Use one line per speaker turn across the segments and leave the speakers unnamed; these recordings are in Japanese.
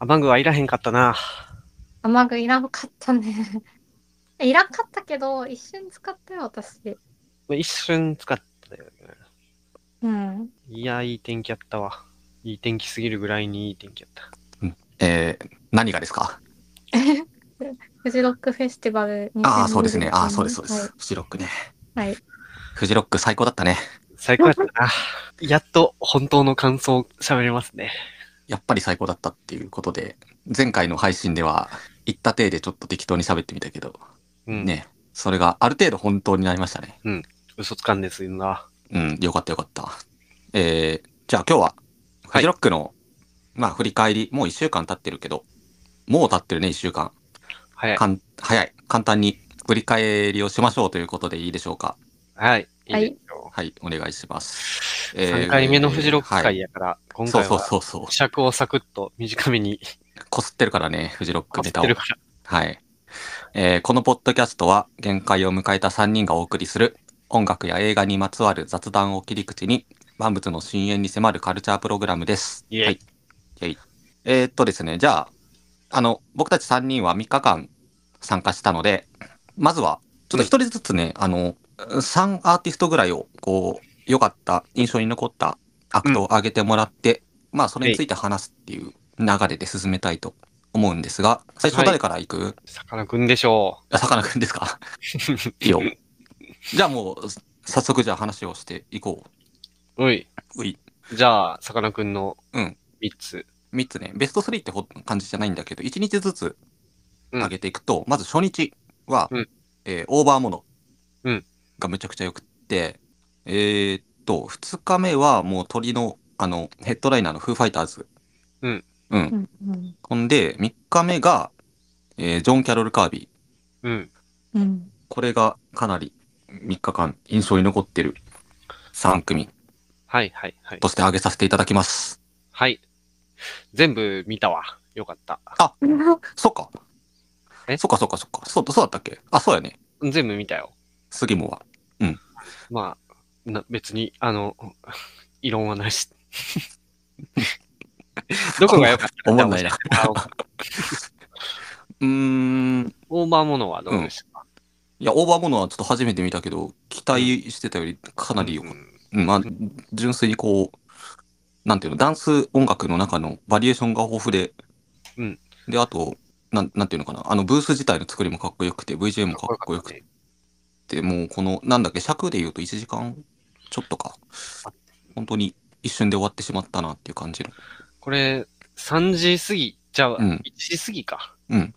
雨具はいらへんかったな。
雨具いらんかったね。 いらんかったけど、一瞬使ったよ、私。
一瞬使ったよね。
うん。
いや、いい天気やったわ。いい天気すぎるぐらいにいい天気やった。
えー何がですか
フジロックフェスティバル2023
ああ、そうですね。ああ、そうです、そうです。フジロックね。
はい。はい
フジロック最高だったね。
最高やったな。 やっと本当の感想を喋れますね。
やっぱり最高だったっていうことで、前回の配信では、言った体でちょっと適当に喋ってみたけど、
うん。
ね、それがある程度本当になりましたね。
嘘つかんですよな。
うん、よかったよかった。えーじゃあ今日は、フジロックの、まあ振り返り、もう1週間経ってるけど、もう経ってるね、1週間。
はい。
かん早い。簡単に振り返りをしましょうということでいいでしょうか。
はい。
はい
いですよ
はい、お願いします。えー
3回目のフジロック
はい
会やから、今
そう
回
そう
は
そうそう。
尺をサクッと短めに
こすってるからね、フジロックネタを
って。るから。
はい。えーこのポッドキャストは、限界を迎えた3人がお送りする、音楽や映画にまつわる雑談を切り口に、万物の深淵に迫るカルチャープログラムです。
イエイ
はい。イエイえーっとですね、じゃあ、あの、僕たち3人は3日間参加したので、まずは、ちょっと1人ずつね、あの、3アーティストぐらいを、こう、良かった、印象に残ったアクトを上げてもらって、まあ、それについて話すっていう流れで進めたいと思うんですが、最初誰から行く、
さかなクンでしょ
あ、さかなクンですかいいよ。じゃあもう、早速じゃあ話をしていこ
う。うい。
う。うい。
じゃあ、さかなクンの
うん
3つ。
3つね、ベスト3ってほ感じじゃないんだけど、1日ずつ
うん
上げていくと、まず初日は、
うん
えーオーバーモノ
うん
がめちゃくちゃ良くって、えーっと、2日目はもう鳥の、あの、ヘッドライナーのフーファイターズ。
うん。
うん。
うんうん
ほんで、3日目が、えージョン・キャロル・カービー。
うん。
うん
これがかなり3日間印象に残ってる3組
はいはいはい。
として挙げさせていただきます。
はい。全部見たわ。よかった。
そっか。
え
そっかそっかそっか。そう、そうだったっけあ、そうやね。
全部見たよ。
杉本は。
まあ、な別に、あの、異論はない し。どこが良かったか
思んないな。
あの
うーん。
オーバーモノはどうでしたか、
いや、オーバーモノはちょっと初めて見たけど、期待してたよりかなりよかっ
うん
た。うん、まあ、純粋にこう、なんていうの、ダンス音楽の中のバリエーションが豊富で、
うん。
で、あと、なんなんていうのかな、あの、ブース自体の作りもかっこよくて、VJ もかっこよくて
ね
ってもうこのなんだっけ尺で言うと1時間ちょっとか本当に一瞬で終わってしまったなっていう感じの
これ、3時過ぎ、じゃあ、
うん
1時過ぎか、
うん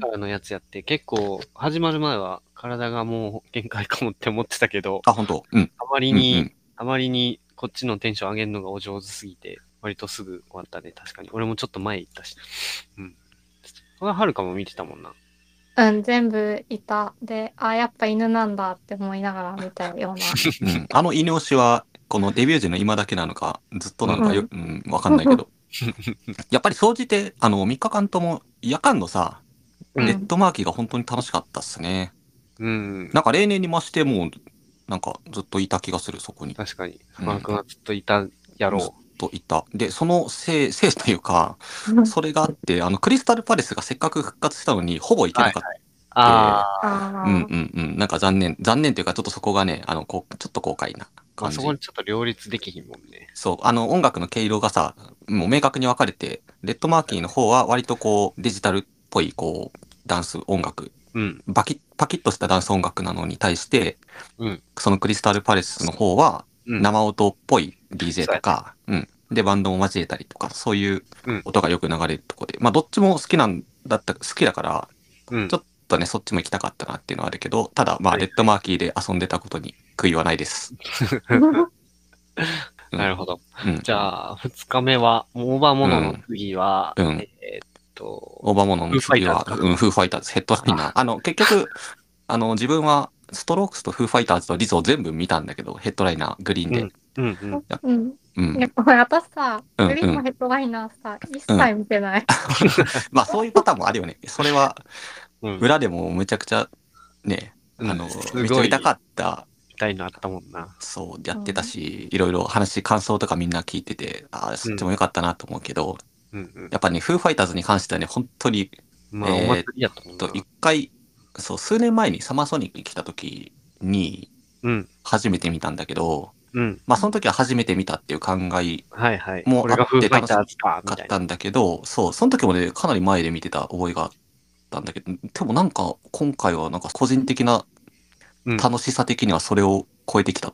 からのやつやって、結構、始まる前は体がもう限界かもって思ってたけど、
あ本当うん
あま
う
り
んう
に、
ん
あまりにこっちのテンション上げるのがお上手すぎて、割とすぐ終わったね、確かに。俺もちょっと前行ったし。うん。これはるかも見てたもんな。
うん、全部いた。で、あ、やっぱ犬なんだって思いながら見たような。
うんあの犬推しはこのデビュー時の今だけなのかずっとなのかよ、うんわかんないけど やっぱり総じてあの3日間とも夜間のさ
うん
ネットマーキーが本当に楽しかったっすね、
うん。
なんか例年に増してもうなんかずっといた気がするそこに
確かに。
うん
マークはずっといたやろう。
といたでそのせいせいというかそれがあってあのクリスタルパレスがせっかく復活したのにほぼ行けなかった
ああ、
あ
うん
ー
うんうん。なんか残念。残念というか、ちょっとそこがね、あの、こう、ちょっと後悔な
まあ
感じ。
そこにちょっと両立できひんもんね。
そう。あの、音楽の毛色がさ、もう明確に分かれて、レッドマーキーの方は割とこう、デジタルっぽい、こう、ダンス音楽、
うん。
バキッ、パキッとしたダンス音楽なのに対して、
うん
そのクリスタルパレスの方は、
うん、
生音っぽい DJ とか、うん。で、バンドも交えたりとか、そういう
うん
音がよく流れるとこで、まあ、どっちも好きなんだった、好きだから、
うん、
ちょっとね、そっちも行きたかったなっていうのはあるけど、ただ、まあ、
はい
レッドマーキーで遊んでたことに悔いはないです。 うん
なるほど。
うん。
じ
あ、
ゃあ、二日目は、オーバーモノの次は、
うん
えーっと、
オーバーモノの次は、
フーファイターズ
うん、フーファイターズ、ヘッドライナー。あの、結局、あの、自分は、ストロークスとフーファイターズとリゾを全部見たんだけど、ヘッドライナー、グリーンで。
うんうん。
うん。
うん。
いや、これ私さ、
うん
グリーンのヘッドライナーさ、一切見てない。
まあ、そういうパターンもあるよね。それは、
うん。
裏でもむちゃくちゃ、ね、
うん
あの、
すごい
めっちゃ見たかった、
みたいのあったもんな。
そう、やってたし、いろいろ話、感想とかみんな聞いてて、ああ、そっちも良かったなと思うけど、
うんうん。
やっぱね、フーファイターズに関してはね、本当に、
まあ、お
えー
祭りやと思うな
と一回、そう、数年前にサマーソニックに来た時に、
うん。
初めて見たんだけど、
うん。
まあ、その時は初めて見たっていう考え
はいはい。
もう
これがフーファイターズか、み
が
た
あっ
いな。
たんだけど、そう、その時もね、かなり前で見てた覚えがあったんだけど、でもなんか、今回はなんか個人的な
うん
楽しさ的にはそれを超えてきた、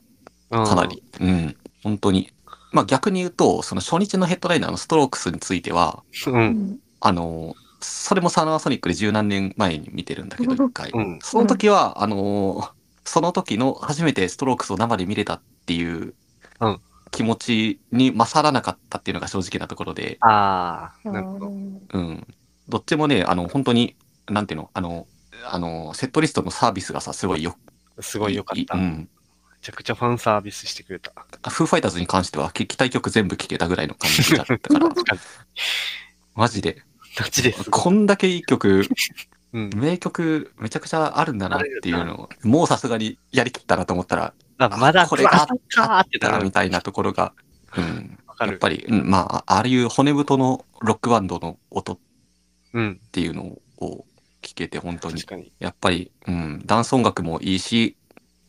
かなり。うん、本当に。まあ、逆に言うと、その初日のヘッドライナーのストロークスについては、
うん。う。
うんん。
あの、それもサマーソニックで十何年前に見てるんだけど、一回。
うん
その時は、あの、その時の初めてストロークスを生で見れたっていう
うん
気持ちに勝らなかったっていうのが正直なところで、
ああ、
う
なるほど。
ん
うん。どっちもね、あの、本当に、なんていうの、あの、あの、セットリストのサービスがさ、すごいよ、
すごい良かった。
う
め
ん。
ちゃくちゃファンサービスしてくれた。
フーファイターズに関しては、聞きたい曲全部聴けたぐらいの感じだった から、マジで、
ガチです。
こんだけいい曲、
うん。
名曲、めちゃくちゃあるんだなっていうのを、もうさすがにやりきったなと思ったら、
あまだ
これがあっ
かーってな
だ
る
み。たいなところが、うん。
わか
やっ
る。
ぱり、うん、まあ、ああいう骨太のロックバンドの音っ
うん。
ていうのを聞けて、本当に
確、かに。
やっぱり、うん、ダンス音楽もいいし、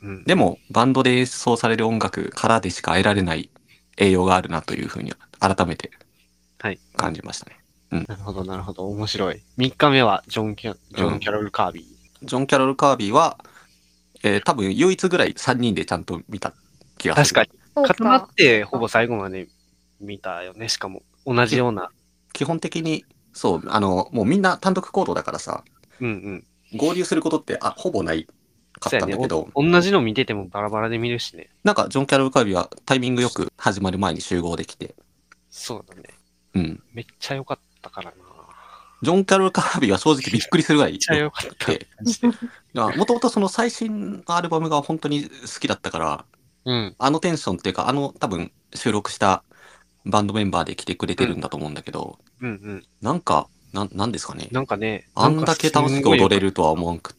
うん。
でも、バンドで演奏される音楽からでしか得られない栄養があるなというふうに、改めて
はい。
感じましたね。
なるほど、なるほど。面白い。3日目はジョン・キャジョ
う
ン
ん
キャロル・カービー。
ジョン・キャロル・カービーは、えー多分唯一ぐらい3人でちゃんと見た気が
確
する。
かに。
そう
固ま
か
っ。て、ほぼ最後まで見たよね。しかも、同じような。
基本的に、そう、あの、もうみんな単独行動だからさ、
うんうん。
合流することって、あ、ほぼないか
そう
った
や
ん
ね。
だけど、
お同じの見ててもバラバラで見るしね。
なんか、ジョン・キャロル・カービーはタイミングよく始まる前に集合できて、
そうだね。
うん。
めっちゃ良かったからな。
ジョン・キャロル・カービーは正直びっくりするぐらい
めっちゃ良かった。
でもともとその最新のアルバムが本当に好きだったから、
うん。
あのテンションっていうか、あの多分収録したバンドメンバーで来てくれてるんだと思うんだけど、
うんうん。
なんか、なんなんですかね。
なんかね。
あんだけ楽しく踊れ
る。
るとは思わんかっ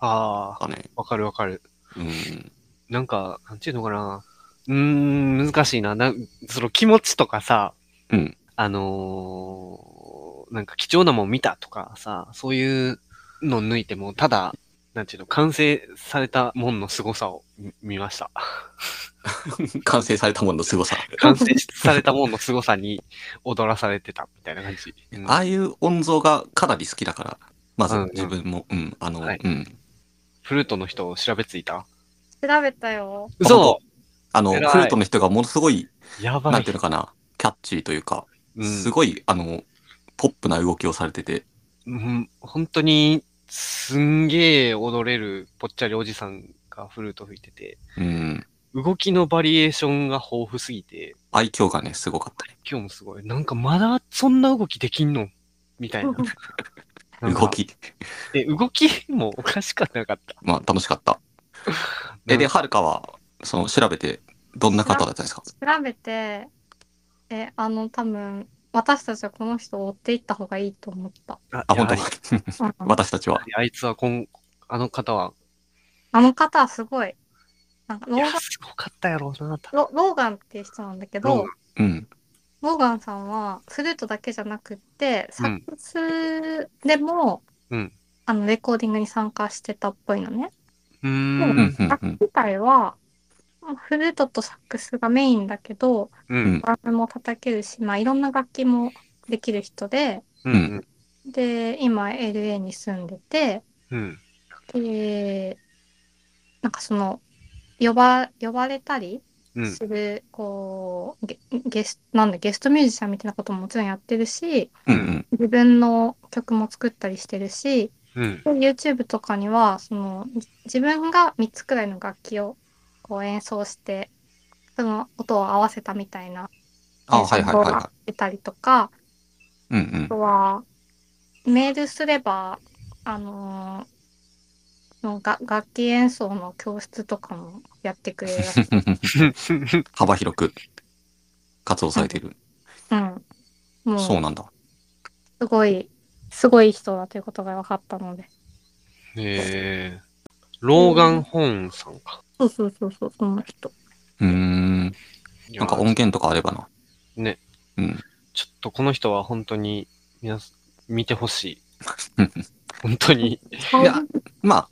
ああ、
たね。
わかるわかる。
うん。
なんか、なんていうのかな。うーん、難しいな。なその気持ちとかさ、
うん
あのーなんか貴重なもん見たとかさ、そういうの抜いても、ただ、なんていうの、完成されたもんの凄さを見見ました。
完成されたものの凄さ。
完成されたもんの凄さに踊らされてた、みたいな感じ。うん
ああいう音像がかなり好きだから、まず
うんうん
自分も、うん、あの、
はい
うん。
フルートの人を調べついた
調べたよ。
嘘
あの、フ
偉
ル
い
ートの人がものすごい、
やばい。
なんていうのかな、キャッチーというか、すごい、あの、ポップな動きをされてて、
うん、本当に、すんげえ踊れるぽっちゃりおじさんがフルート吹いてて、
うん、
動きのバリエーションが豊富すぎて、
愛嬌がね、すごかったね。
今日もすごい。なんかまだそんな動きできんのみたいな。なんか
動。き。
で、動きもおかしかなかった。
まあ、楽しかった。え、
な
で、
んか
はるかは、その、調べて、どんな方だったんですか
調べて、え、あの、多分、私たちはこの人を追っていった方がいいと 思った。
あ、
やは
本当
り
に。
うん
私たちは。
あいつはこん、あの方は、
あの方はすごい。なんかロ
い
ー
や
ガン、
すごかったやろうな、た
ロローガンっていう人なんだけ
ローガ
ど
ン、
うん。
ローガンさんはフルートだけじゃなくって、サックスでも、
うん
あのレコーディングに参加してたっぽいのね。
うー。
うん、うんん、
楽器
うん。
自体は、まあフルートとサックスがメインだけど、
うん。
ドラムも叩けるし、まあ、いろんな楽器もできる人で、
うんん。
で、今 LA に住んでて、
うん。
で、なんかその、呼ば、呼ばれたり
うん。
する、こう、ゲゲスト、なんだ、ゲストミュージシャンみたいなことももちろんやってるし、
うん、うん。
自分の曲も作ったりしてるし、
うん。
で YouTube とかには、その、じ自分が3つくらいの楽器をこう演奏して、その音を合わせたみたいな
あ、
映像
はいはいはい
が
は
出たりとか、
い。うん、うん
あ。とは、メールすれば、あのーのが楽器演奏の教室とかもやってくれるら しい
幅広く活動されている。
うん。もう、
そうなんだ。
すごい、すごい人だということが分かったので。
えー、ローガン・ホーンさんか。
そうそうそうそう、その人。
うーん。
いや
なんか音源とかあればな。
ね。
うん。
ちょっとこの人は本当に、皆さん、見てほ しい。本当に。
いやまあ、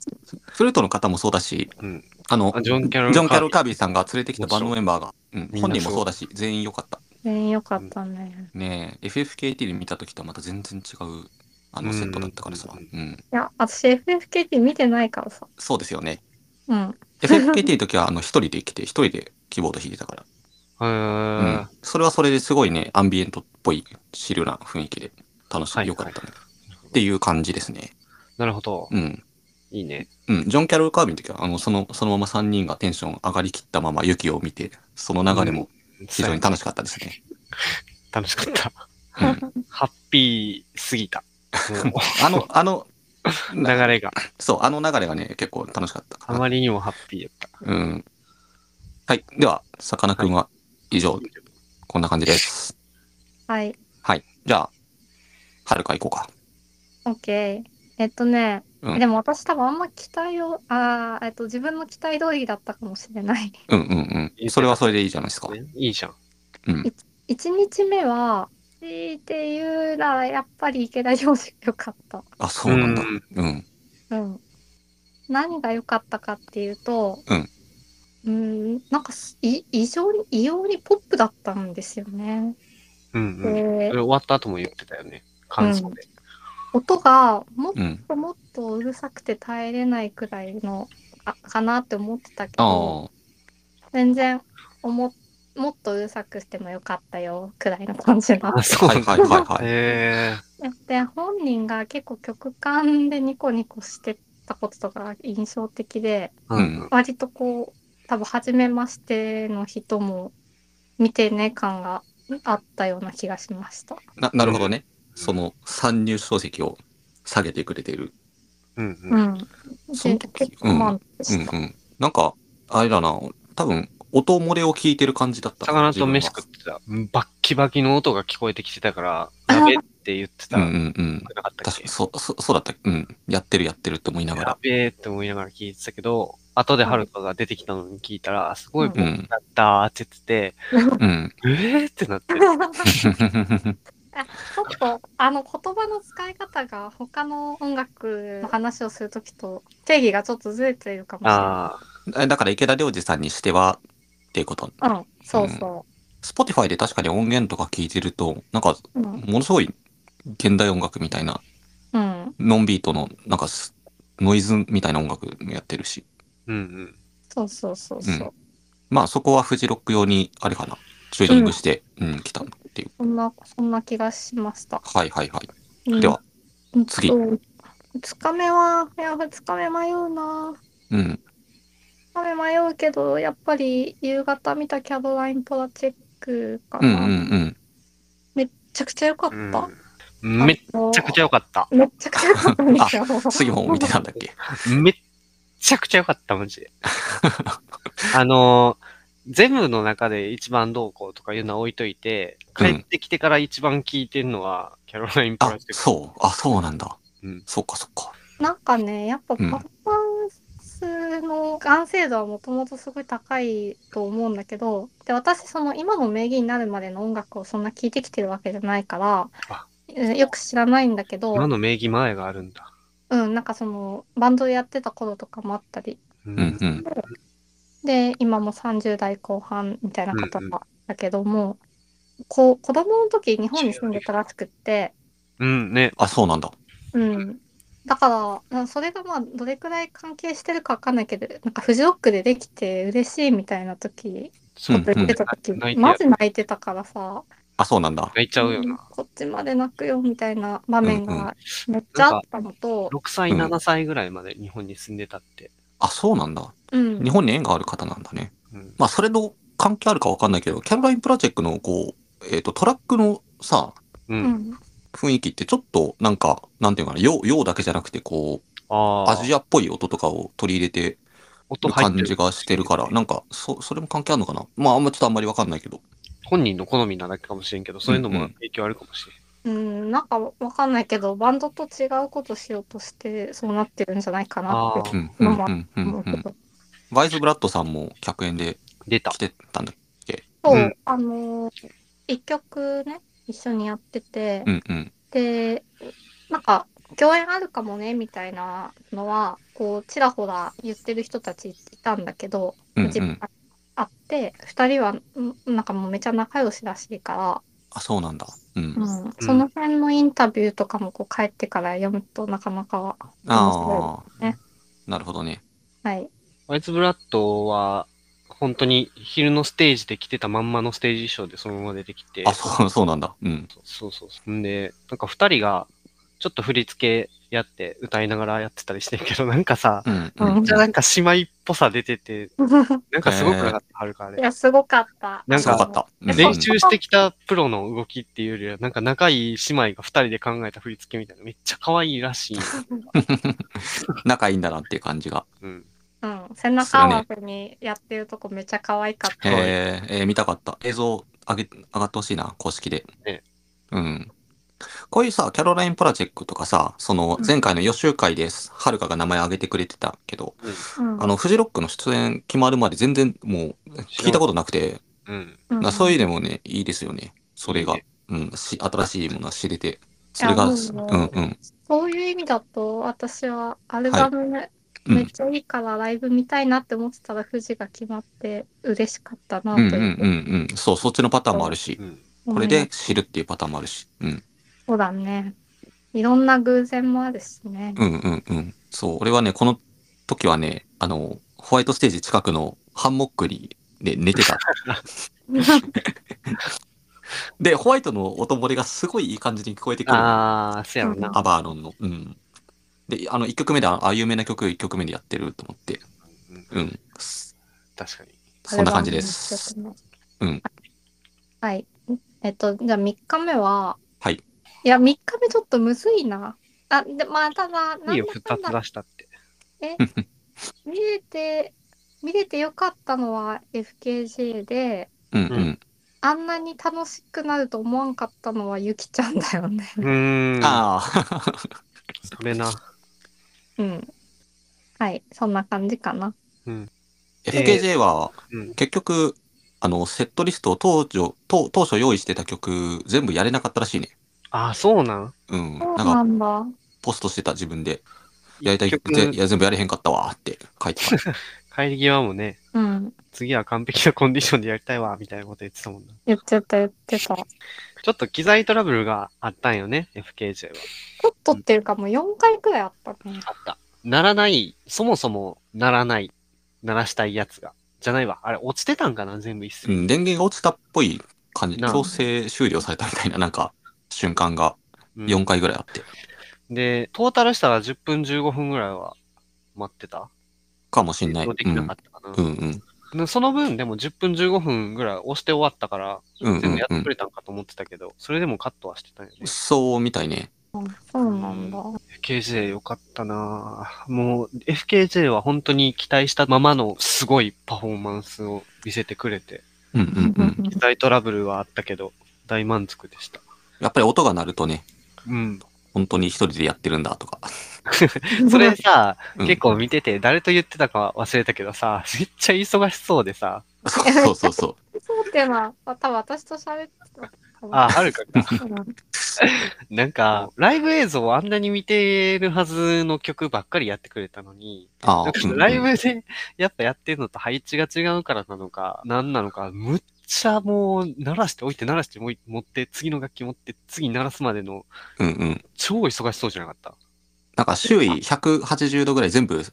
フルートの方もそうだし、
うん
あの
あ、ジョン・キャロ
ジ
ル・
ョン・キャロル・
カ
カービーさんが連れてきたバンドメンバーが、うん
みんな
本人もそうだし、全員良かった。
全員よかったね。
ねえ、FFKT で見た時とはまた全然違うあのセットだったからさ、
う
うんん
いや、私 FFKT 見てないからさ。
そうですよね。
うん。
FFKT の時はあの一人で来て、一人でキーボード弾いてたから、う
ー
ん、それはそれですごいね、アンビエントっぽい、シルな雰囲気で楽し、
はいい
良かったね。っていう感じですね。
なるほど。
うん。
いいね。
うん、ジョン・キャロル・カービンの時は、あの、その、そのまま3人がテンション上がりきったまま雪を見て、その流れも非常に楽しかったですね。
楽しかった。
うん、
ハッピーす ぎた。もう
あの、あの、
流れが
そう、あの流れがね、結構楽しかったか
あ
な。
まりにもハッピーだった。
うん。はい。では、さかなクンは以上、こんな感じです。
はい。
はい。じゃあ、はるか行こうか。
OK。えっとね、
うん
でも私多分あんま期待を、あーえっと、自分の期待通りだったかもしれない。
うんうんうん。それはそれでいいじゃないですか。
ねいいじゃん。
1日目は、強いて言うならやっぱり池田良司が良かった。
あ、そうなんだ。
うん
うん。
うん。何が良かったかっていうと、
うん
うん。なんかすい異常に、異様にポップだったんですよね。
うんうん。
で
それ終わった後も言ってたよね。感想で。
音がもっ
うん。
ともっとうるさくて耐えれないくらいのあかなって思ってたけど、
ああ。
全然おももっとうるさくしてもよかったよくらいの感じの
あ、。そう
はいはいはいはい。
へえ。
で本人が結構曲感でニコニコしてたこととかが印象的で
うんうん。
割とこう多分初めましての人も見てね感があったような気がしました。
な、なるほどね。その、参入書籍を下げてくれてる。
うんう。
うんん。
その
で
時
結構満足
うん
し
う
た。
ん。なんか、あれだな。多分、音漏れを聞いてる感じだったな。
魚と飯食
自
ってた。バッキバキの音が聞こえてきてたから、やべって言ってた。
分は。うん
な
うんうん。
かったっ
確
け
かそう、そう、そうだった。うん。やってるやってるって思いなが
や
ら。
べえって思いながら聞いてたけど、後でハルカが出てきたのに聞いたら、すごい
うん
僕。だったーって言ってて、
うん。
えーってなって、
あちょっとあの言葉の使い方が他の音楽の話をするときと定義がちょっとずれてるかもしれな
ああ、
えだから池田良二さんにしてはっていうこと。
い。うん、そうそ
Spotify で確かに音源とか聞いてると、なんか、
う。うん。
ものすごい現代音楽みたいな、
うん、
ノンビートの、なんかす、ノイズみたいな音楽もやってるし。
うんうん。
そうそうそうそう。
まあそこはフジロック用に、あれかな、チューニングして、うん、来たっていう。
そんな、そんな気がしました。
はいはいはい。
うん
では、次
うん二日目は、いや、二日目迷うな。
うん。
二日目迷うけど、やっぱり夕方見たキャロライン・ポラチェックか
うん
な。
うんうん。
めっちゃくちゃ良かった。
うんめっちゃくちゃ良かった。
ゃ。めっちゃくちゃ良かったんですよ。
次も見てたんだっ け
めっちゃくちゃ良かった、マジで。 あのー、全部の中で一番どうこうとかいうのは置いといて、帰
うん
ってきてから一番聞いてるのは、キャロライン・プ
あ
ラス、ティック。
そう。あ、そうなんだ。
うん
そっかそっか。
なんかね、やっぱパ
うん
フォーマンスの完成度はもともとすごい高いと思うんだけど、で、私、その今の名義になるまでの音楽をそんな聴いてきてるわけじゃないから
あ、
うんよく知らないんだけど、
今の名義前があるんだ。
うん、なんかそのバンドやってた頃とかもあったり、
う
うんうん。
で、今も30代後半みたいな方
うんうん
だけども、こう、子供の時日本に住んでたらしくって、
うん、ね。
あ、そうなんだ。
うん。だから、うんそれがまあ、どれくらい関係してるかわかんないけど、なんかフジロックでできて嬉しいみたいな時、
そう
うん
言ってた時、
泣いて
マジ泣いてたからさ、
あ、そうなんだ。
泣いちゃうよ
うん
な。
こっちまで泣くよみたいな場面がめっちゃあったのと、
6歳、
うん
7歳ぐらいまで日本に住んでたって。
あ、そうなんだ。
うん
日本に縁がある方なんだね。
うん
まあ、それの関係あるかわかんないけど、キャロライン・プラチェックの、こう、えっ、と、トラックのさ、
うん
うん、
雰囲気ってちょっと、なんか、なんていうかな、洋、洋だけじゃなくて、こう、
ああ、
アジアっぽい音とかを取り入れて
音
る
入っ
感
て
じ
る
がしてるから、なんか、そ、それも関係あるのかなまあ、あんまちょっとあんまりわかんないけど。
本人の好みなだけかもしれんけど、そういうの
うんう
も
ん
影響あるかもしれん。
うん、なんかわかんないけど、バンドと違うことしようとして、そうなってるんじゃないかなって
うん、う
ま
ん、
あ
う
まあ
ん、うん
思う
う
け
ん。
ど、
ワイズ・ブラッドさんも客演で
出た
来。てたんだ。
そううんあのー一曲ね、一緒にやってて、
うんうん。
でなんか共演あるかもねみたいなのはこうちらほら言ってる人たちいたんだけど、
うんう
自分
ん。
があって2人はうんなんかもうめちゃ仲良しらしいから、
あ、そうなんだ。うん。
う
あ
んその辺のインタビューとかもこう帰ってから読むとなかなか面
あ
白いですね
ー。なるほどね。
はい
ワイツブラッドは、本当に昼のステージで着てたまんまのステージ衣装でそのまま出てきて、
あ、そう、そうなんだ。うん。
そうそうそう。んで、なんか二人が、ちょっと振り付けやって、歌いながらやってたりしてるけど、なんかさ、
うん。
う
うんん。
じゃなんか姉妹っぽさ出てて、なんかすごくなかった、はるかあ
い
れ。
やすごかった
なん
すごかった。うん
練習してきたプロの動きっていうよりは、なんか仲いい姉妹が二人で考えた振り付けみたいな、めっちゃ可愛いらし い。
仲いいんだなっていう感じが。
うん。
うん、背中合わせにやってるとこめっちゃ可愛かった。
はい
えーえー見たかった。映像上げ、上がってほしいな、公式で。
ね
うん。こういうさ、キャロライン・プラチェックとかさ、その
うん
前回の予習会です、はるかが名前挙げてくれてたけど、
うん
あの、フジロックの出演決まるまで全然もう聞いたことなくて、
うん。
う
だ
ん
からそういうのもね、いいですよね。それが
いい、
うん、し新しいものは知れて、それが、
い
うん
やも
うん、
そういう意味だと私はアルバムめ
うん
めっちゃいいからライブ見たいなって思ってたら富士が決まって嬉しかったな
う
と
んうんう
いうん
うん、そう、そっちのパターンもあるし
う、ん。
こ
思
れ
いま
で知るっていうパターンもあるし、うん。
そうだね。いろんな偶然もあるしね。
うんうんうん。そう、俺はね、この時はね、あの、ホワイトステージ近くのハンモックに、ね、寝てた。で、ホワイトの音漏れがすごいいい感じに聞こえてくる。ア
あー、せやろな。
バーロンの。うん。で、あの、1曲目で、ああ、有名な曲1曲目でやってると思って。
うん
うん。
確かに。
そんな感じです。
アルバムの一
う
曲目
ん。
はい。えっと、じゃあ3日目は、
はい。
いや、3日目ちょっとむずいな。あ、で、まあ、ただ、なんだか
いい
ん
よ、二つ
だ
出したって。
見れて、見れてよかったのは FKJ で、
うんうん。
あんなに楽しくなると思わんかったのはゆきちゃんだよね。
うーん。
ああ、
それな。
うん。はい、そんな感じかな。
FKJ は
うん。
結局、あの、セットリストを当初、当当初用意してた曲、全部やれなかったらしいね。
あー、そうなん
うん。
そう
なんか
な、んだ。
ポストしてた自分で、やりたい
結
曲
局
ぜいや全部やれへんかったわーって書いて た。
帰り際もね、
うん。
次は完璧なコンディションでやりたいわ、みたいなこと言ってたもんな。
言っちゃった、言ってた。ち
ちょっと機材トラブルがあったんよね、FKJ は。
ょっとっていうか、もう4回くらいあったね。
あった。ならない、そもそもならない、ならしたいやつが。じゃないわ。あれ、落ちてたんかな、全部一
う
斉に。
ん、電源が落ちたっぽい感じ、
な
強制終了されたみたいな、なんか、瞬間が
うん
4回ぐらいあって、
で、トータルしたら10分15分ぐらいは待ってた。
かもしんない。う
できなか
ん
っ、たかな
うん、うん、
でその分、でも10分15分ぐらい押して終わったから、
うん、う
全部
ん
やっ
う
てく
ん。
れたんかと思ってたけど、それでもカットはしてたよね。
そうみたいね。
そうなんだ。
FKJ よかったなぁもう FKJ は本当に期待したままのすごいパフォーマンスを見せてくれて、
うん、うん、うん。
機材トラブルはあったけど、大満足でした。
やっぱり音が鳴るとね、
うん。
本当に一人でやってるんだとか。
それさ、
うん
結構見てて、誰と言ってたか忘れたけどさ、めっちゃ忙しそうでさ、
そうそ うそうそう。
そうっていうのは、多分私と喋ってたかな
あ、はるか か。
うん
なんか、ライブ映像をあんなに見てるはずの曲ばっかりやってくれたのに、
あ
な
あ
ん、か
うんうん
ライブでやっぱやってるのと配置が違うからなのか、なんなのか、むっちゃもう、鳴らしておいて、鳴らしておいて、持って、次の楽器持って、次鳴らすまでの、
うん、うん。
超忙しそうじゃなかった。
なんか、周囲180度ぐらい全部、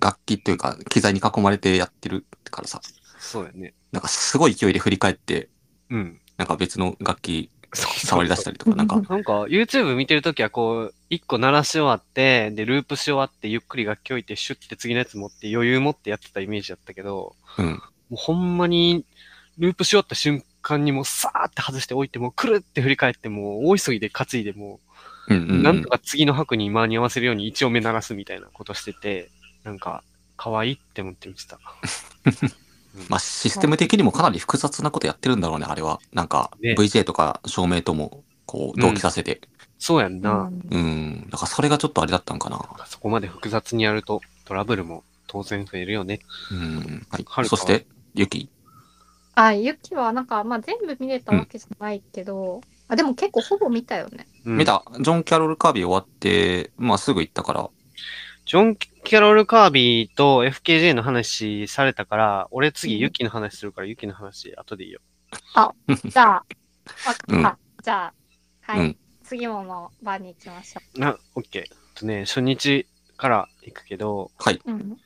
楽器っていうか、機材に囲まれてやってるからさ、
そうやね。
なんかすごい勢いで振り返って、
うん。
なんか別の楽器
そう
触り出したりとか、なんか、
なんか、YouTube 見てるときは、こう、一個鳴らし終わって、で、ループし終わって、ゆっくり楽器置いて、シュッて次のやつ持って、余裕持ってやってたイメージだったけど、
うん。
もうほんまに、ループし終わった瞬間にもう、さーって外しておいて、もう、くるって振り返って、もう、大急ぎで担いで、もう、
うんうんうん、
なんとか次の拍に間に合わせるように一音目鳴らすみたいなことしてて、なんか、可愛いって思って見てた。
まあ、システム的にもかなり複雑なことやってるんだろうね、あれは。なんか、
ね
VJ とか照明とも、こう、同期させて。
そうやんな。
うん、だからそれがちょっとあれだったんかな。
そこまで複雑にやるとトラブルも当然増えるよね。
うん。はい。
はるか
そして、ゆき。
あ、ゆきはなんか、まあ、全部見れたわけじゃないけど、あ、でも結構ほぼ見たよね。
うん
見た、ジョン・キャロル・カービー終わって、まあすぐ行ったから。
ジョン・キャロル・カービーと FKJ の話されたから、俺次ユキの話するからユキの話後でいいよ。
じゃあ、わかった。
うん
じゃあ、はい。
うん
次もの番に行きましょ
な、オッケー。えっとね、初日から行くけど、
う。うん。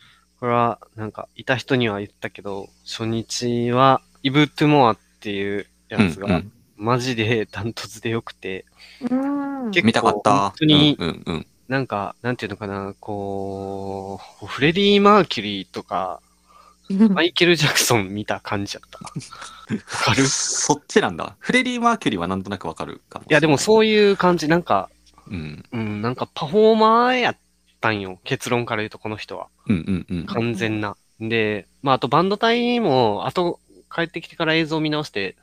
これはなんかいた人には言ったけど、初日はイブ・トゥ・モアっていうやつ
うんう
が
ん、
マジでダントツで良くて、
うーん。
結構
見たかった。
本当に
うんうんうん。
なんか、なんていうのかな、こう、フレディ・マーキュリーとか、マイケル・ジャクソン見た感じやった。わかるい
そっちなんだ。フレディ・マーキュリーはなんとなくわかるかもしれな
や、
い
でもそういう感じ、なんか、
うん。
うん、なんかパフォーマーやったんよ。結論から言うと、この人は。
うんうんうん。
完全な。で、まあ、あとバンド隊も、あと帰ってきてから映像見直して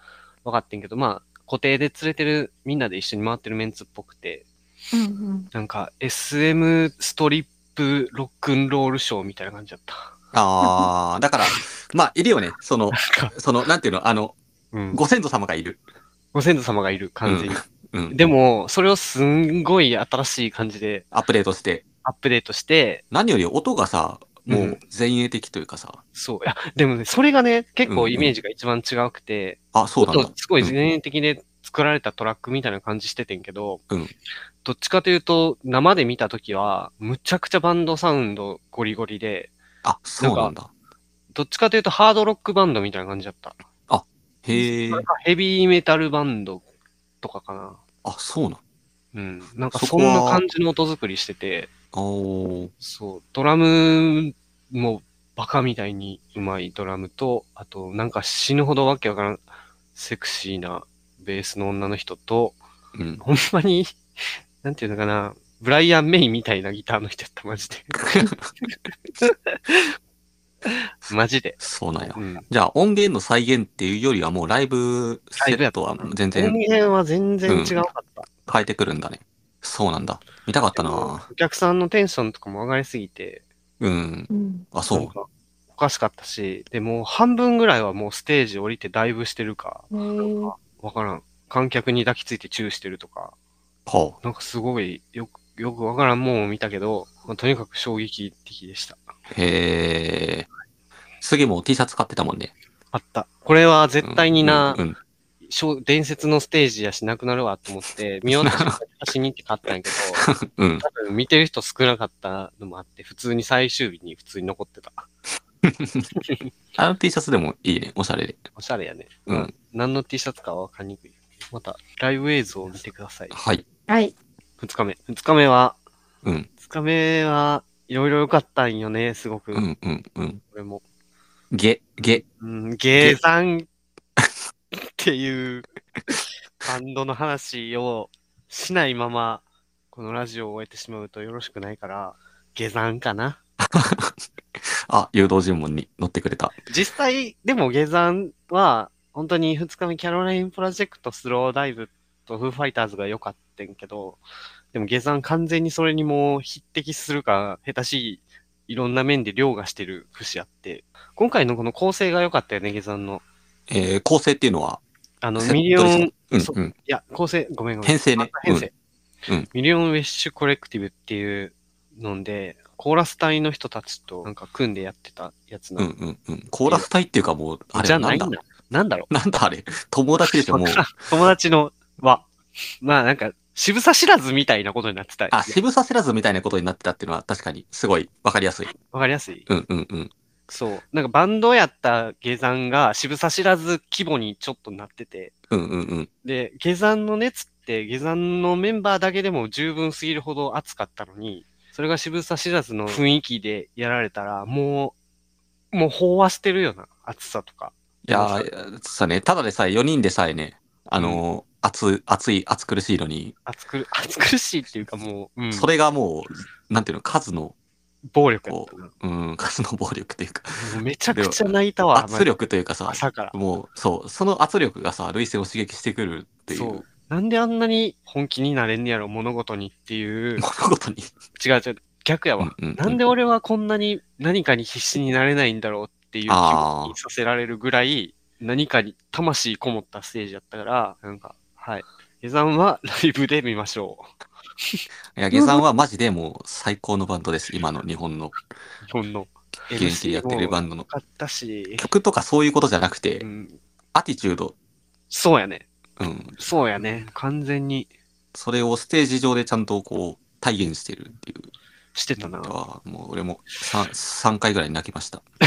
分かってんけど、まあ、固定で連れてる、みんなで一緒に回ってるメンツっぽくて、
うんうん。
なんか SM ストリップロックンロールショーみたいな感じだった。
ああ、だから、まあ、いるよね。その、
なんか、
その、なんていうの、あの、
うん、
ご先祖様がいる。
ご先祖様がいる感じ。
うん。
でも、それをすんごい新しい感じで
アップデートして。
アップデートして、
何より音がさ、もう前衛的というかさ、
そう、いや、でもね、それがね、結
うんう
構
ん
イメージが一番違うくて、
あ、そうなん
ちょっ
だ
と。すごい前衛的で作られたトラックみたいな感じしててんけど、
うん
どっちかというと、生で見たときは、むちゃくちゃバンドサウンドゴリゴリで、
あ、そうなんだ。
どっちかというとハードロックバンドみたいな感じだった。
へえ
そ。れかヘビーメタルバンドとかかな。
あ、そうなんだ。
うん。なんか
そ
そ
こ
ん
は
な感じの音作りしてて、
おー
そう、ドラムもバカみたいにうまいドラムと、あとなんか死ぬほどわけわからんセクシーなベースの女の人と、
うん。
ほんまに、なんていうのかな、ブライアン・メイみたいなギターの人やった、マジ で。マジで。
そうなんや
う。ん。
じゃあ、音源の再現っていうよりは、もうライブセットは全
音
然
源は全然違うかった。
変えてくるんだね。そうなんだ。見たかったな
お客さんのテンションとかも上がりすぎて、
うん。
うん。
あ、
な
そ
んかおかしかったし、でもう半分ぐらいはもうステージ降りてダイブしてるか、
へー
わからん。観客に抱きついてチューしてるとか、
う。は
なんかすごいよく、よくわからんもんを見たけど、まあとにかく衝撃的でした。
あ。へえ。次も T シャツ買ってたもんね。
あった。これは絶対にな、
うんうん
しょ伝説のステージやしなくなるわと思って、見ようとして私にって買ったんやけ ど、
うん。
多分見てる人少なかったのもあって、普通に最終日に普通に残ってた。
あの T シャツでもいいね。おしゃれで。
おしゃれやね。
うん
まあ何の T シャツかはわかりにくい。また、ライブ映像を見てください。
はい。
はい。
二日目。二日目は、
うん。
二日目はいろいろ良かったんよね、すごく。
うんうんうん。
これも。
ゲ、ゲ。
うん、ゲーザンっていうバンドの話をしないまま、このラジオを終えてしまうとよろしくないから、下山かな。
あ、誘導尋問に乗ってくれた。
実際、でも下山は、本当に2日目キャロラインプロジェクトスローダイブとフーファイターズが良かったんけど、でも下山完全にそれにもう匹敵するか、下手しい、いろんな面で凌駕してる節あって、今回のこの構成が良かったよね、下山の。
えー、構成っていうのは、
あの、
セット
ミリオ
です
ン
かうん
そう
うん。
いや、構成、ごめんごめん。
編成ね
あ編成、
うんうん
ミリオンウィッシュコレクティブっていうので、コーラス隊の人たちとなんか組んでやってたやつ
う
なんの。
うんうん。コーラス隊っていうかもう、あれ
じゃ
は
な
ないん
んだ
だ。
なんだろ
なんだあれ。友達でし
う。
ょ、もう
わ。からん 友達のは、まあなんか、渋さ知らずみたいなことになってた。
あ、渋さ知らずみたいなことになってたっていうのは確かにすごいわかりやすい。
わかりやすい。
うんうんうん。
そう。なんかバンドやった下山が渋さ知らず規模にちょっとなってて、
うんうんうん。
で、下山の熱って下山のメンバーだけでも十分すぎるほど熱かったのに、それが渋沢知らずの雰囲気でやられたら、もう、もう飽和してるよな、熱さとか。
いやー、さね、ただでさえ4人でさえね、あのー、熱、熱い、熱苦しいのに、
熱く、 熱苦しいっていうかもう、うん、
それがもう、なんていうの、数の、
暴力やったな。
うん、数の暴力というか、
もうめちゃくちゃ泣いたわ、
圧力というかさ、
朝から。
もう、そう、その圧力がさ、類線を刺激してくるっていう、
そうなんであんなに本気になれんねやろ、物事にって いう。
物事に。
違う違う、逆やわ。
うんうんうん
なんで俺はこんなに何かに必死になれないんだろうっていう気
あー
持ちにさせられるぐらい、何かに魂こもったステージだったから、なんか、はい。下山はライブで見ましょ
いや、下山はマジでもう最高のバンドです。今の日本の
う。日本の。
現役でやってるバンドの。
買ったし、
曲とかそういうことじゃなく
う
て、
ん。
アティチュード、
そうやね。
うん、
そうやね。完全に
それをステージ上でちゃんとこう体現してるっていう
してたな
の。は、もう俺も 3, 三回ぐらい泣きました。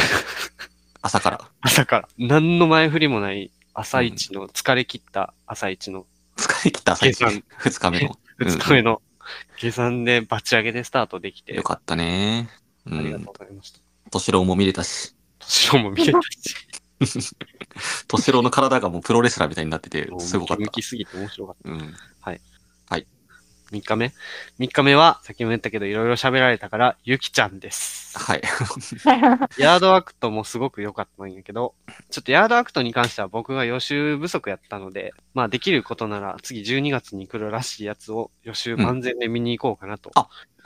朝から。
朝から。何の前振りもない朝一の、疲れ切った朝一の
疲れ切った最
下山
近、2日目の。うん
2日目の下山でバチ上げでスタートできて、
よかったね。う
ありがと
ん
う。ございました。
敏郎も見れたし、
年も見えたし、
敏郎の体がもうプロレスラーみたいになってて、すごかっ
向き
た。
すぎて面白かった。
うん。
3日目 ?3 日目は、さっきも言ったけど、いろいろ喋られたから、ゆきちゃんです。
はい。
ヤードアクトもすごく良かったんやけど、ちょっとヤードアクトに関しては僕が予習不足やったので、まあできることなら次12月に来るらしいやつを予習万全で見に行こうかなと。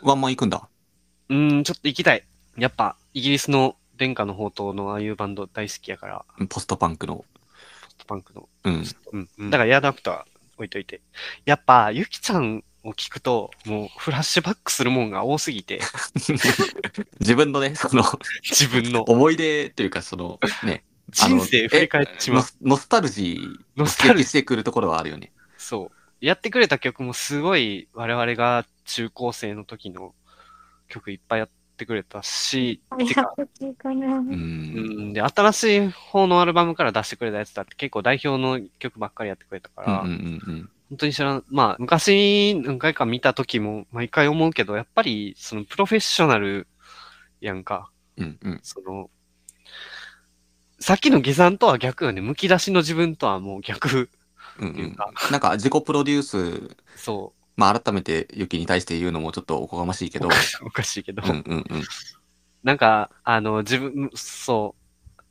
ワンマン行くんだ。
うーん、ちょっと行きたい。やっぱイギリスの殿下の宝刀のああいうバンド大好きやから、
ポストパンク
ポ
の。
ストパンクの。
うん。
うん、だからヤードアクトは置いといて。やっぱゆきちゃんを聞くと、もうフラッシュバックするもんが多すぎて、
自分のね、 その、
自分の
思い出というか、その、ね、あの
人生振り返っちまう
え。ノスノスタルジー、
ノ
ノ
ス
ス
タ
タ
ルジー
ルしてくるところはあるよね。
そう。やってくれた曲もすごい我々が中高生の時の曲いっぱいやってくれたし、
あり
て
が
か、
とうかな
う。。
うんん、で、新しい方のアルバムから出してくれたやつだって結構代表の曲ばっかりやってくれたか
うん
ら、
うんうん
本当に知らん、まあ、昔何回か見た時も毎回思うけど、やっぱりそのプロフェッショナルやんか、
うんうん。
その、さっきの下山とは逆よね。むき出しの自分とはもう逆。
うん
っていうか
うんなんか自己プロデュース、
そ
まあ改めてユキに対して言うのもちょっとおこがましいけ
う。
ど
おか、しいおかしいけど。
うんうんうん。
なんか、あの、自分、そ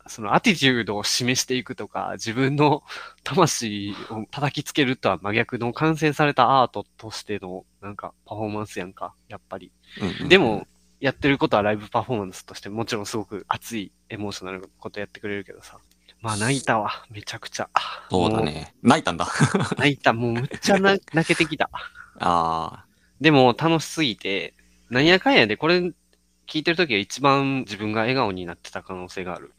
う、そのアティチュードを示していくとか、自分の魂を叩きつけるとは真逆の完成されたアートとしての、なんか、パフォーマンスやんか、やっぱり。
うんうん
でも、、やってることはライブパフォーマンスとして、もちろんすごく熱い、エモーショナルなことやってくれるけどさ。まあ、泣いたわ、めちゃくちゃ。
そうだね。泣いたんだ。
もう。泣いた、もうむっちゃ泣泣けてきた。
あ
でも楽しすぎて、なんやかんやでこれ聞いてるときは一番自分が笑顔になってた可能性がある。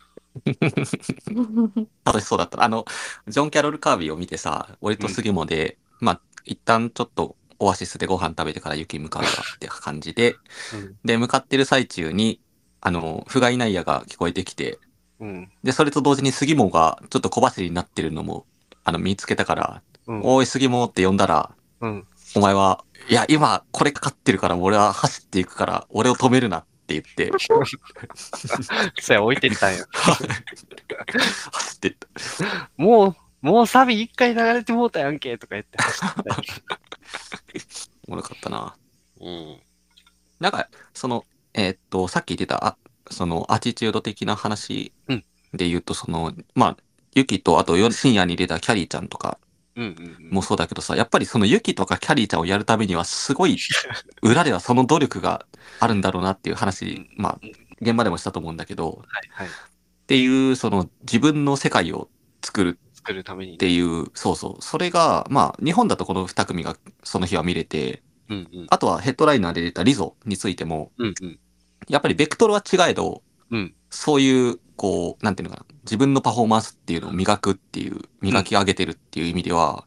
あ、楽しそうだった。あの、ジョン・キャロル・カービーを見てさ、俺と杉本で、まあ、一旦ちょっとオアシスでご飯食べてからユキ向かうかって感じで、で、向かってる最中に、あの、不甲斐ないやが聞こえてきて、
うん。
で、それと同時に杉本がちょっと小走りになってるのも、あの、見つけたから、
うん。
おい杉本って呼んだら、
うん。
お前は、いや、今、これかかってるから、俺は走っていくから、俺を止めるなって 言って、
そや、置いてったんや。
走ってった。
もう、もうサビ一回流れてもうたやんけ、とか言って走ったよ。
おもろかったな。
うん。
なんか、その、えーっと、さっき言ってた、あその、アティチュード的な話
うん
で言うと、その、まあ、ユキと、あと、よ深夜に出たキャリーちゃんとか
うんうん。
もそうだけどさ、やっぱりそのユキとかキャリーちゃんをやるためには、すご い、裏ではその努力があるんだろうなっていう話、まあ、現場でもしたと思うんだけど、
はいはい。
っていう、その、自分の世界を作る
作るために。
っていう、そうそう。それが、まあ、日本だとこの2組がその日は見れて、
うんうん。
あとはヘッドライナーで出たリゾについても、
うんうん。
やっぱりベクトルは違えど、
うん
そういう、こう、なんていうのかな、自分のパフォーマンスっていうのを磨くっていう、磨き上げてるっていう意味では、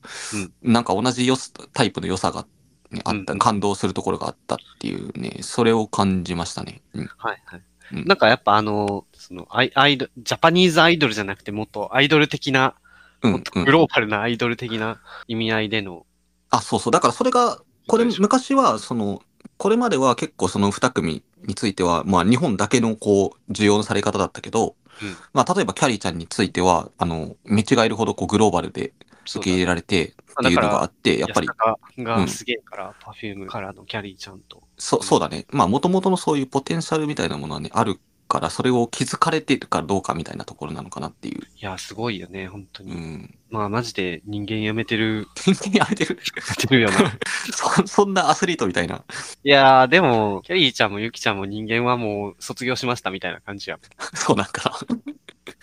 なんか同じよすタイプの良さが、ね、あった、
うん
感動するところがあったっていうね、それを感じましたね。うん、
はいはい。
うん
なんかやっぱあの、そのアイ、アイドル、ジャパニーズアイドルじゃなくて、もっとアイドル的な、
うん、
もっと
うん
グローバルなアイドル的な意味合いでの、
あ、そうそう。だからそれが、こ
そ
れ
うでしょ
昔は、その、これまでは結構その2組については、まあ日本だけのこう、需要のされ方だったけど、
うん
まあ例えばキャリーちゃんについては、あの、見違えるほどこうグローバルで
そ
受
う
け入れられてっていうのがあって、やっぱり
安、坂
う
が
ん
すげえから、パフュームからのキャリーちゃんと。
そそうだね。まあもともとのそういうポテンシャルみたいなものはね、あるから、それを気づかれてるかどうかみたいなところなのかなっていう。
いや、すごいよね、本当
う
に。
ん。
まあ、マジで人間やめてる、
全然やめてる。
やめてるよな。
そそんなアスリートみたいな。
いやー、でも、キャリーちゃんもユキちゃんも人間はもう卒業しましたみたいな感じや。
そうなんかな。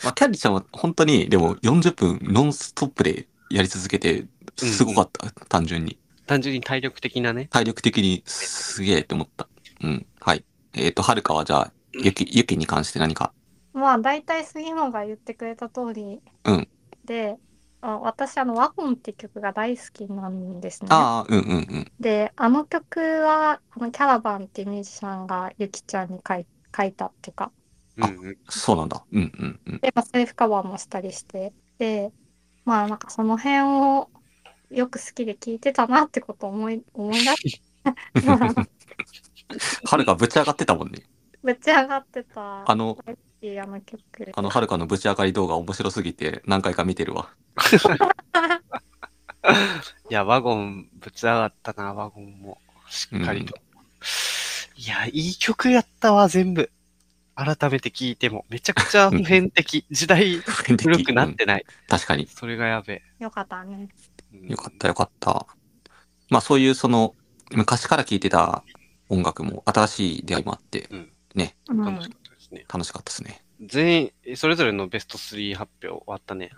まあ、キャリーちゃんは本当に、でも40分ノンストップでやり続けて、
うん
すごかった、単純に。
単純に体力的なね。
体力的にすげえって思った。うん。はい。えっ、と、はるかはじゃあ、ゆき、ゆきに関して何か。
まあ大体杉野が言ってくれた通り
うん
で、あ私あの「ワゴン」って曲が大好きなんですね。
ああ、うんうんうん。
であの曲はあのキャラバンっていうミュージシャンがゆきちゃんに書い書いたっていうか
う
あ
んうん。
そうなんだ。うんうんうん。
で、まあ、セルフカバーもしたりしてでまあなんかその辺をよく好きで聴いてたなってことを思い思い出して
はるかぶち上がってたもんね。
ぶち上がってた
あの、
っていうあの曲。
あの、はるかのぶち上がり動画面白すぎて何回か見てるわ。
いや、ワゴンぶち上がったな、ワゴンも。しっかりと。いや、いい曲やったわ、全部。改めて聴いても。めちゃくちゃ普遍 的。時代 古くなってない。
確かに。
それがやべ
よかったね。
え。
よかったよかった。まあそういうその、昔から聴いてた音楽も新しい出会いもあって
うん、
楽しかったですね。
楽しかったですね。
全員、えそれぞれのベスト3発表終わったね。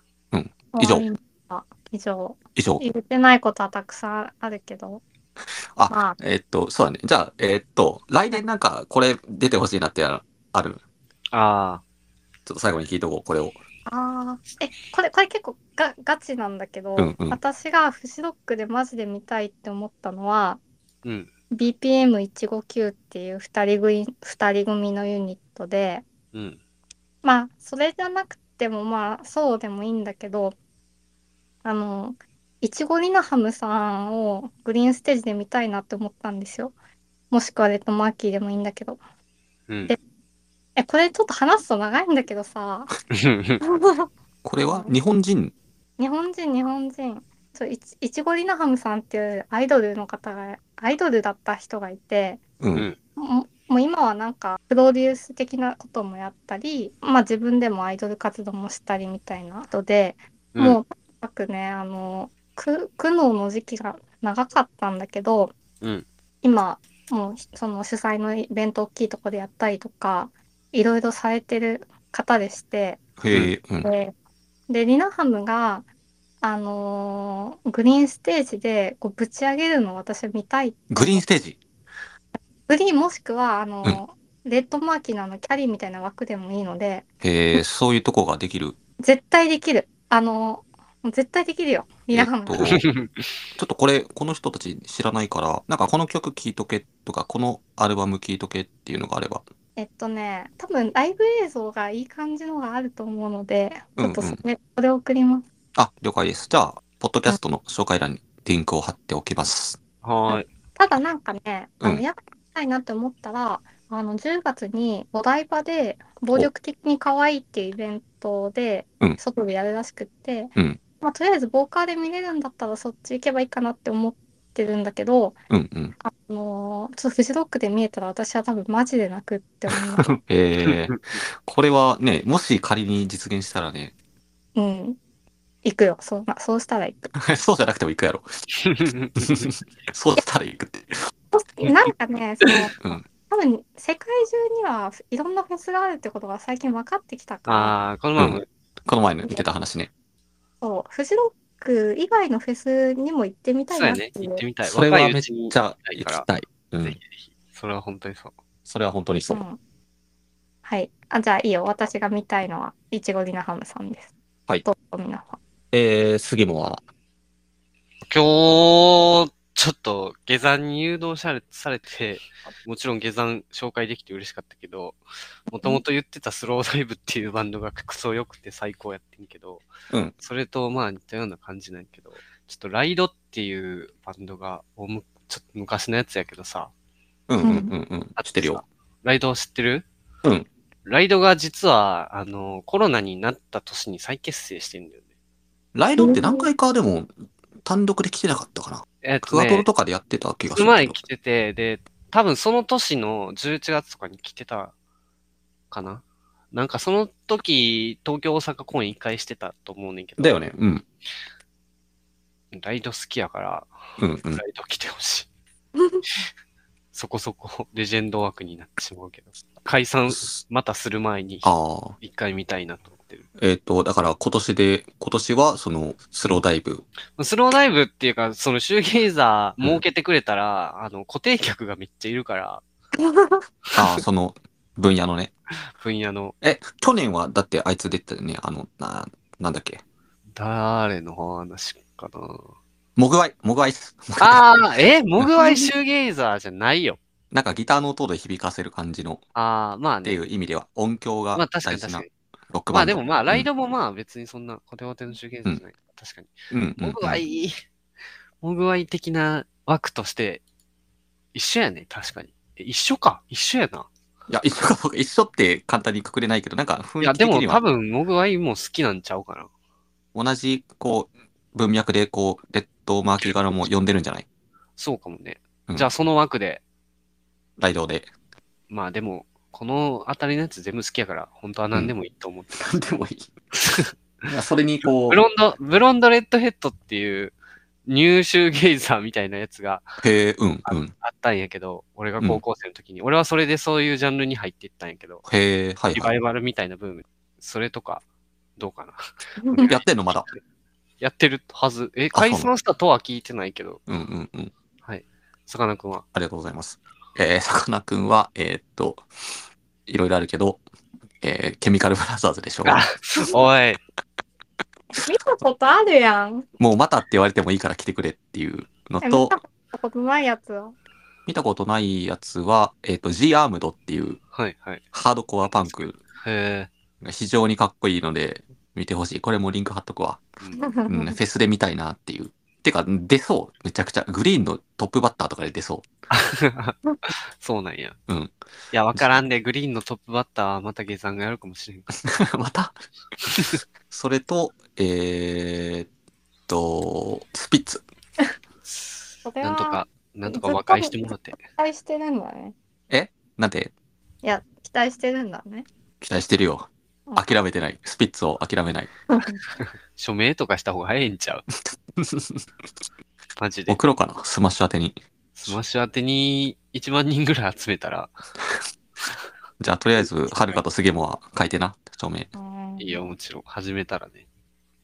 以
終
上
わりました。以上。
以上。
言ってないことはたくさんあるけど。
あ
まあ、
えっと、そうだね。じゃあ、えっと、来年なんかこれ出てほしいなってあある。
あ
ちょっと最後に聞いとこう、これを。
あーえこれこれ結構がガチなんだけど、
うんうん
私がフジロックでマジで見たいって思ったのは
あ、うん。
BPM159 っていう2人組二人組のユニットで
うん。
まあそれじゃなくてもまあそうでもいいんだけどあのいちごりなハムさんをグリーンステージで見たいなって思ったんですよ。もしくはレッドマーキーでもいいんだけど。
うん。
えこれちょっと話すと長いんだけどさ
これは日本人
日本人日本人そういちいちごりなハムさんっていうアイドルの方がアイドルだった人がいて
うん。
うん
ももう今はなんかプロデュース的なこともやったり、まあ、自分でもアイドル活動もしたりみたいな人で、
うん
もうとにかくねあのく苦悩の時期が長かったんだけど、
うん
今もうその主催のイベント大きいとこでやったりとかいろいろされてる方でして。
へえ、うん。
ででリナハムが、あのーグリーンステージでこうぶち上げるのを私は見たい
グリーンステージ。
グリーンもしくはあのーレッドマーキーのあのキャリーみたいな枠でもいいので
へえ、そういうとこができる。
絶対できるあのーもう絶対できるよリナハム、
えっとちょっとこれ、この人たち知らないから、なんかこの曲聴いとけとか、このアルバム聴いとけっていうのがあれば。
えっとね多分ライブ映像がいい感じのがあると思うのでち
うん
ょ
うん
っとそれ,、それ送ります
あ、了解です。じゃあ、ポッドキャストの紹介欄にリンクを貼っておきます。
はーい。
ただなんかね、あ
う
の、
ん
やったいなって思ったら、あの、10月にお台場で暴力的に可愛いっていうイベントで
うん、
外でやるらしくって
うん、
まあ、とりあえずボーカーで見れるんだったらそっち行けばいいかなって思ってるんだけど、
うんうん。
あのーちょっとフジロックで見えたら私は多分マジで泣くって思います
えー、これはね、もし仮に実現したらね、
うん。行くよ。そう、まあそうしたら行く。
そうじゃなくても行くやろ。 そうしたら行くって。
なんかね、その、
うん
多分世界中にはいろんなフェスがあるってことが最近分かってきたから、
ああ、このまま、
うんこの前の見てた話ね。
そう、フジロック以外のフェスにも行ってみたい
そうや
なってい
ね。行ってみたい。
それは
若い
め
う
っ
ちに
ちゃ行きたい。う
ぜひぜ
ん。
ひ。それは本当にそう。
それは本当にそうう。
んはい。あ、じゃあいいよ。私が見たいのは、いちごりなハムさんです。
はい
どうぞ皆さん。
えー、杉本は、
今日、ちょっと下山に誘導されされて、もちろん下山紹介できて嬉しかったけど、もともと言ってたスローダイブっていうバンドがクソ良くて最高やってんけど、
うん
それとまあ似たような感じなんやけど、ちょっとライドっていうバンドが、おむちょっと昔のやつやけどさ、
うんうんうんうん。知ってるよ。
ライド知ってる
うん。
ライドが実は、あの、コロナになった年に再結成してんだよね。
ライドって何回かでも単独で来てなかったかな。
えっと
クワト
ね
ロとかでやってた気がす
う
る
ま
け
い
ど。
来てて、で、多分その年の11月とかに来てたかななんかその時、東京大阪公演一回してたと思うねんけど。
だよね。。うん。
ライド好きやから、
うんうん
ラ。イド来てほしい。そこそこレジェンド枠になってしまうけど。解散またする前に
ああ。
一回見たいなと。ってる。
えっ、と、だから今年で、今年はそのスローダ イブ。
スローダイブっていうか、そのシューゲイザー儲けてくれたら、あの、固定客がめっちゃいるから、
ああ、その分野のね。
分野の、
え、去年はだってあいつ出てたよね。あの、な、なんだっけ。
誰の話かな。
モグワイ、モグワイっす。モグワイ
ああ、えモグワイシューゲイザーじゃないよ。
なんかギターの音で響かせる感じの
ああ、まあ
ってい
ね。
う意味では音響が
まあ
大
確かに
事
確か
な
に。
ロック
ま
バ
あ
ン
で
ド。
もまあ、ライドもまあ別にそんなコテコテのシューゲイザーじゃない。確かに。
うんうんうん
モグワイ、モグワイ的な枠として、一緒やね、確かに。え一緒か一緒やな。
いや、一 緒か僕一緒って簡単にくくれないけど、なんか雰
いや、
囲気
で
的
も
に
多
は
分、モグワイも好きなんちゃうかな。
同じこう文脈でこうレッドマーキーからも呼んでるんじゃない
そうかもね。
うん
じゃあ、その枠で、
ライドで。
まあでも、このあたりのやつ全部好きやから、本当は何でもいいと思って。
なんでもいい。いやそれにこ
ブ
う、
ロンド、ブロンドレッドヘッドっていう、入手ゲイザーみたいなやつが
へえ、うんうん。
あったんやけど、俺が高校生の時に、俺はそれでそういうジャンルに入っていったんやけど、
へえ、はい
リ
は
バ
い。
イバルみたいなブーム、それとか、どうかな。
やってんのまだ。
やってるはず。え、
あそう
解散したとは聞いてないけど、
うんうんうん。
さかなクン は。
ありがとうございます。えー、さかなクンは、えーっと、いろいろあるけど、えー、ケミカルブラザーズでしょう。
あおい、
見たことあるやん。
もうまたって言われてもいいから来てくれっていうの
え
と
見、たことないやつは。
見たことないやつは、えっ、と、G アームドっていう
はいはい。
ハードコアパンク
へ
が非常にかっこいいので、見てほしい。これもリンク貼っとくわ。
え。うん
うん、フェスで見たいなっていう。てか、出そう。めちゃくちゃ。グリーンのトップバッターとかで出そう。
そうなんや。
うん
いや、わからんで、グリーンのトップバッターはまた下山がやるかも しれんから。
またそれと、えーっと、スピッツ。
それ
なんと
は
か、なんとか和解してもらって。
期待してるんだね。
なんて、
いや、期待してるんだね。
期待してるよ。
うん
諦めてない。スピッツを諦めない。
署名とかした方が早いんちゃう マジで。
送ろうかな。スマッシュ当てに。
スマッシュ当てに1万人ぐらい集めたら、
じゃあ、とりあえず、はるかとすげもは書いてな。署名。
うん
いいよ、もちろん。始めたらね。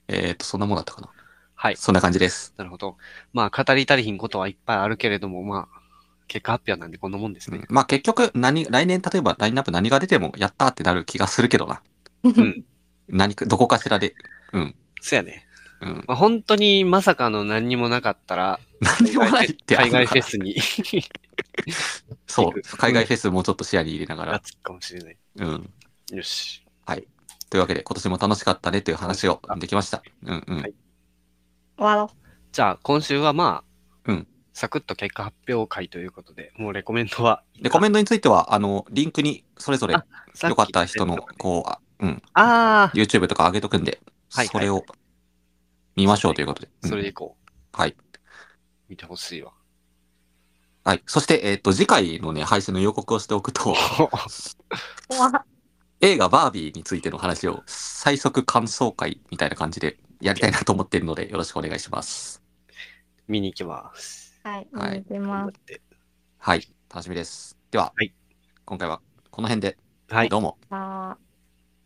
えーっと、そんなもんだったかな。
はい。
そんな感じです。
なるほど。まあ、語り足りひんことはいっぱいあるけれども、まあ、結果発表なんでこんなもんですね。
まあ結局何、来年例えばラインナップ何が出てもやったーってなる気がするけどな。
うん。
何か、どこかしらで。
そやね。
うん。
まあ、本当にまさかの何にもなかったら、
何でもないってあ
海
るか
外
ら
フェスに
そう。海外フェスもうちょっと視野に入れなが
な
ら。
つくかもしれない。
うん。
よし。
というわけで、今年も楽しかったねという話をできました。うんうん。
はい
終わろう。
じゃあ、今週はまあ、
うん
サクッと結果発表会ということで、もうレコメントは、
で、コメントについては、あの、リンクにそれぞれ
あ
良かった人の
さき、
こうあ、うん、
あ
YouTube とか上げとくんで、
はいはい
それを見ましょうということで。
あ、それ
うん
でいこう。
はい。
見てほしいわ。
はい。そして、えっ、と、次回のね、配信の予告をしておくと、
怖っ
映画バービーについての話を最速感想会みたいな感じでやりたいなと思っているのでよろしくお願いします。
見に行きます。
はい、
はい
行き
頑
ま
張っ
す。
て
はい、楽しみです。では、
はい
今回はこの辺で
はい。ありがとう
どうも
あー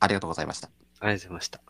ありがとうございました。
ございました。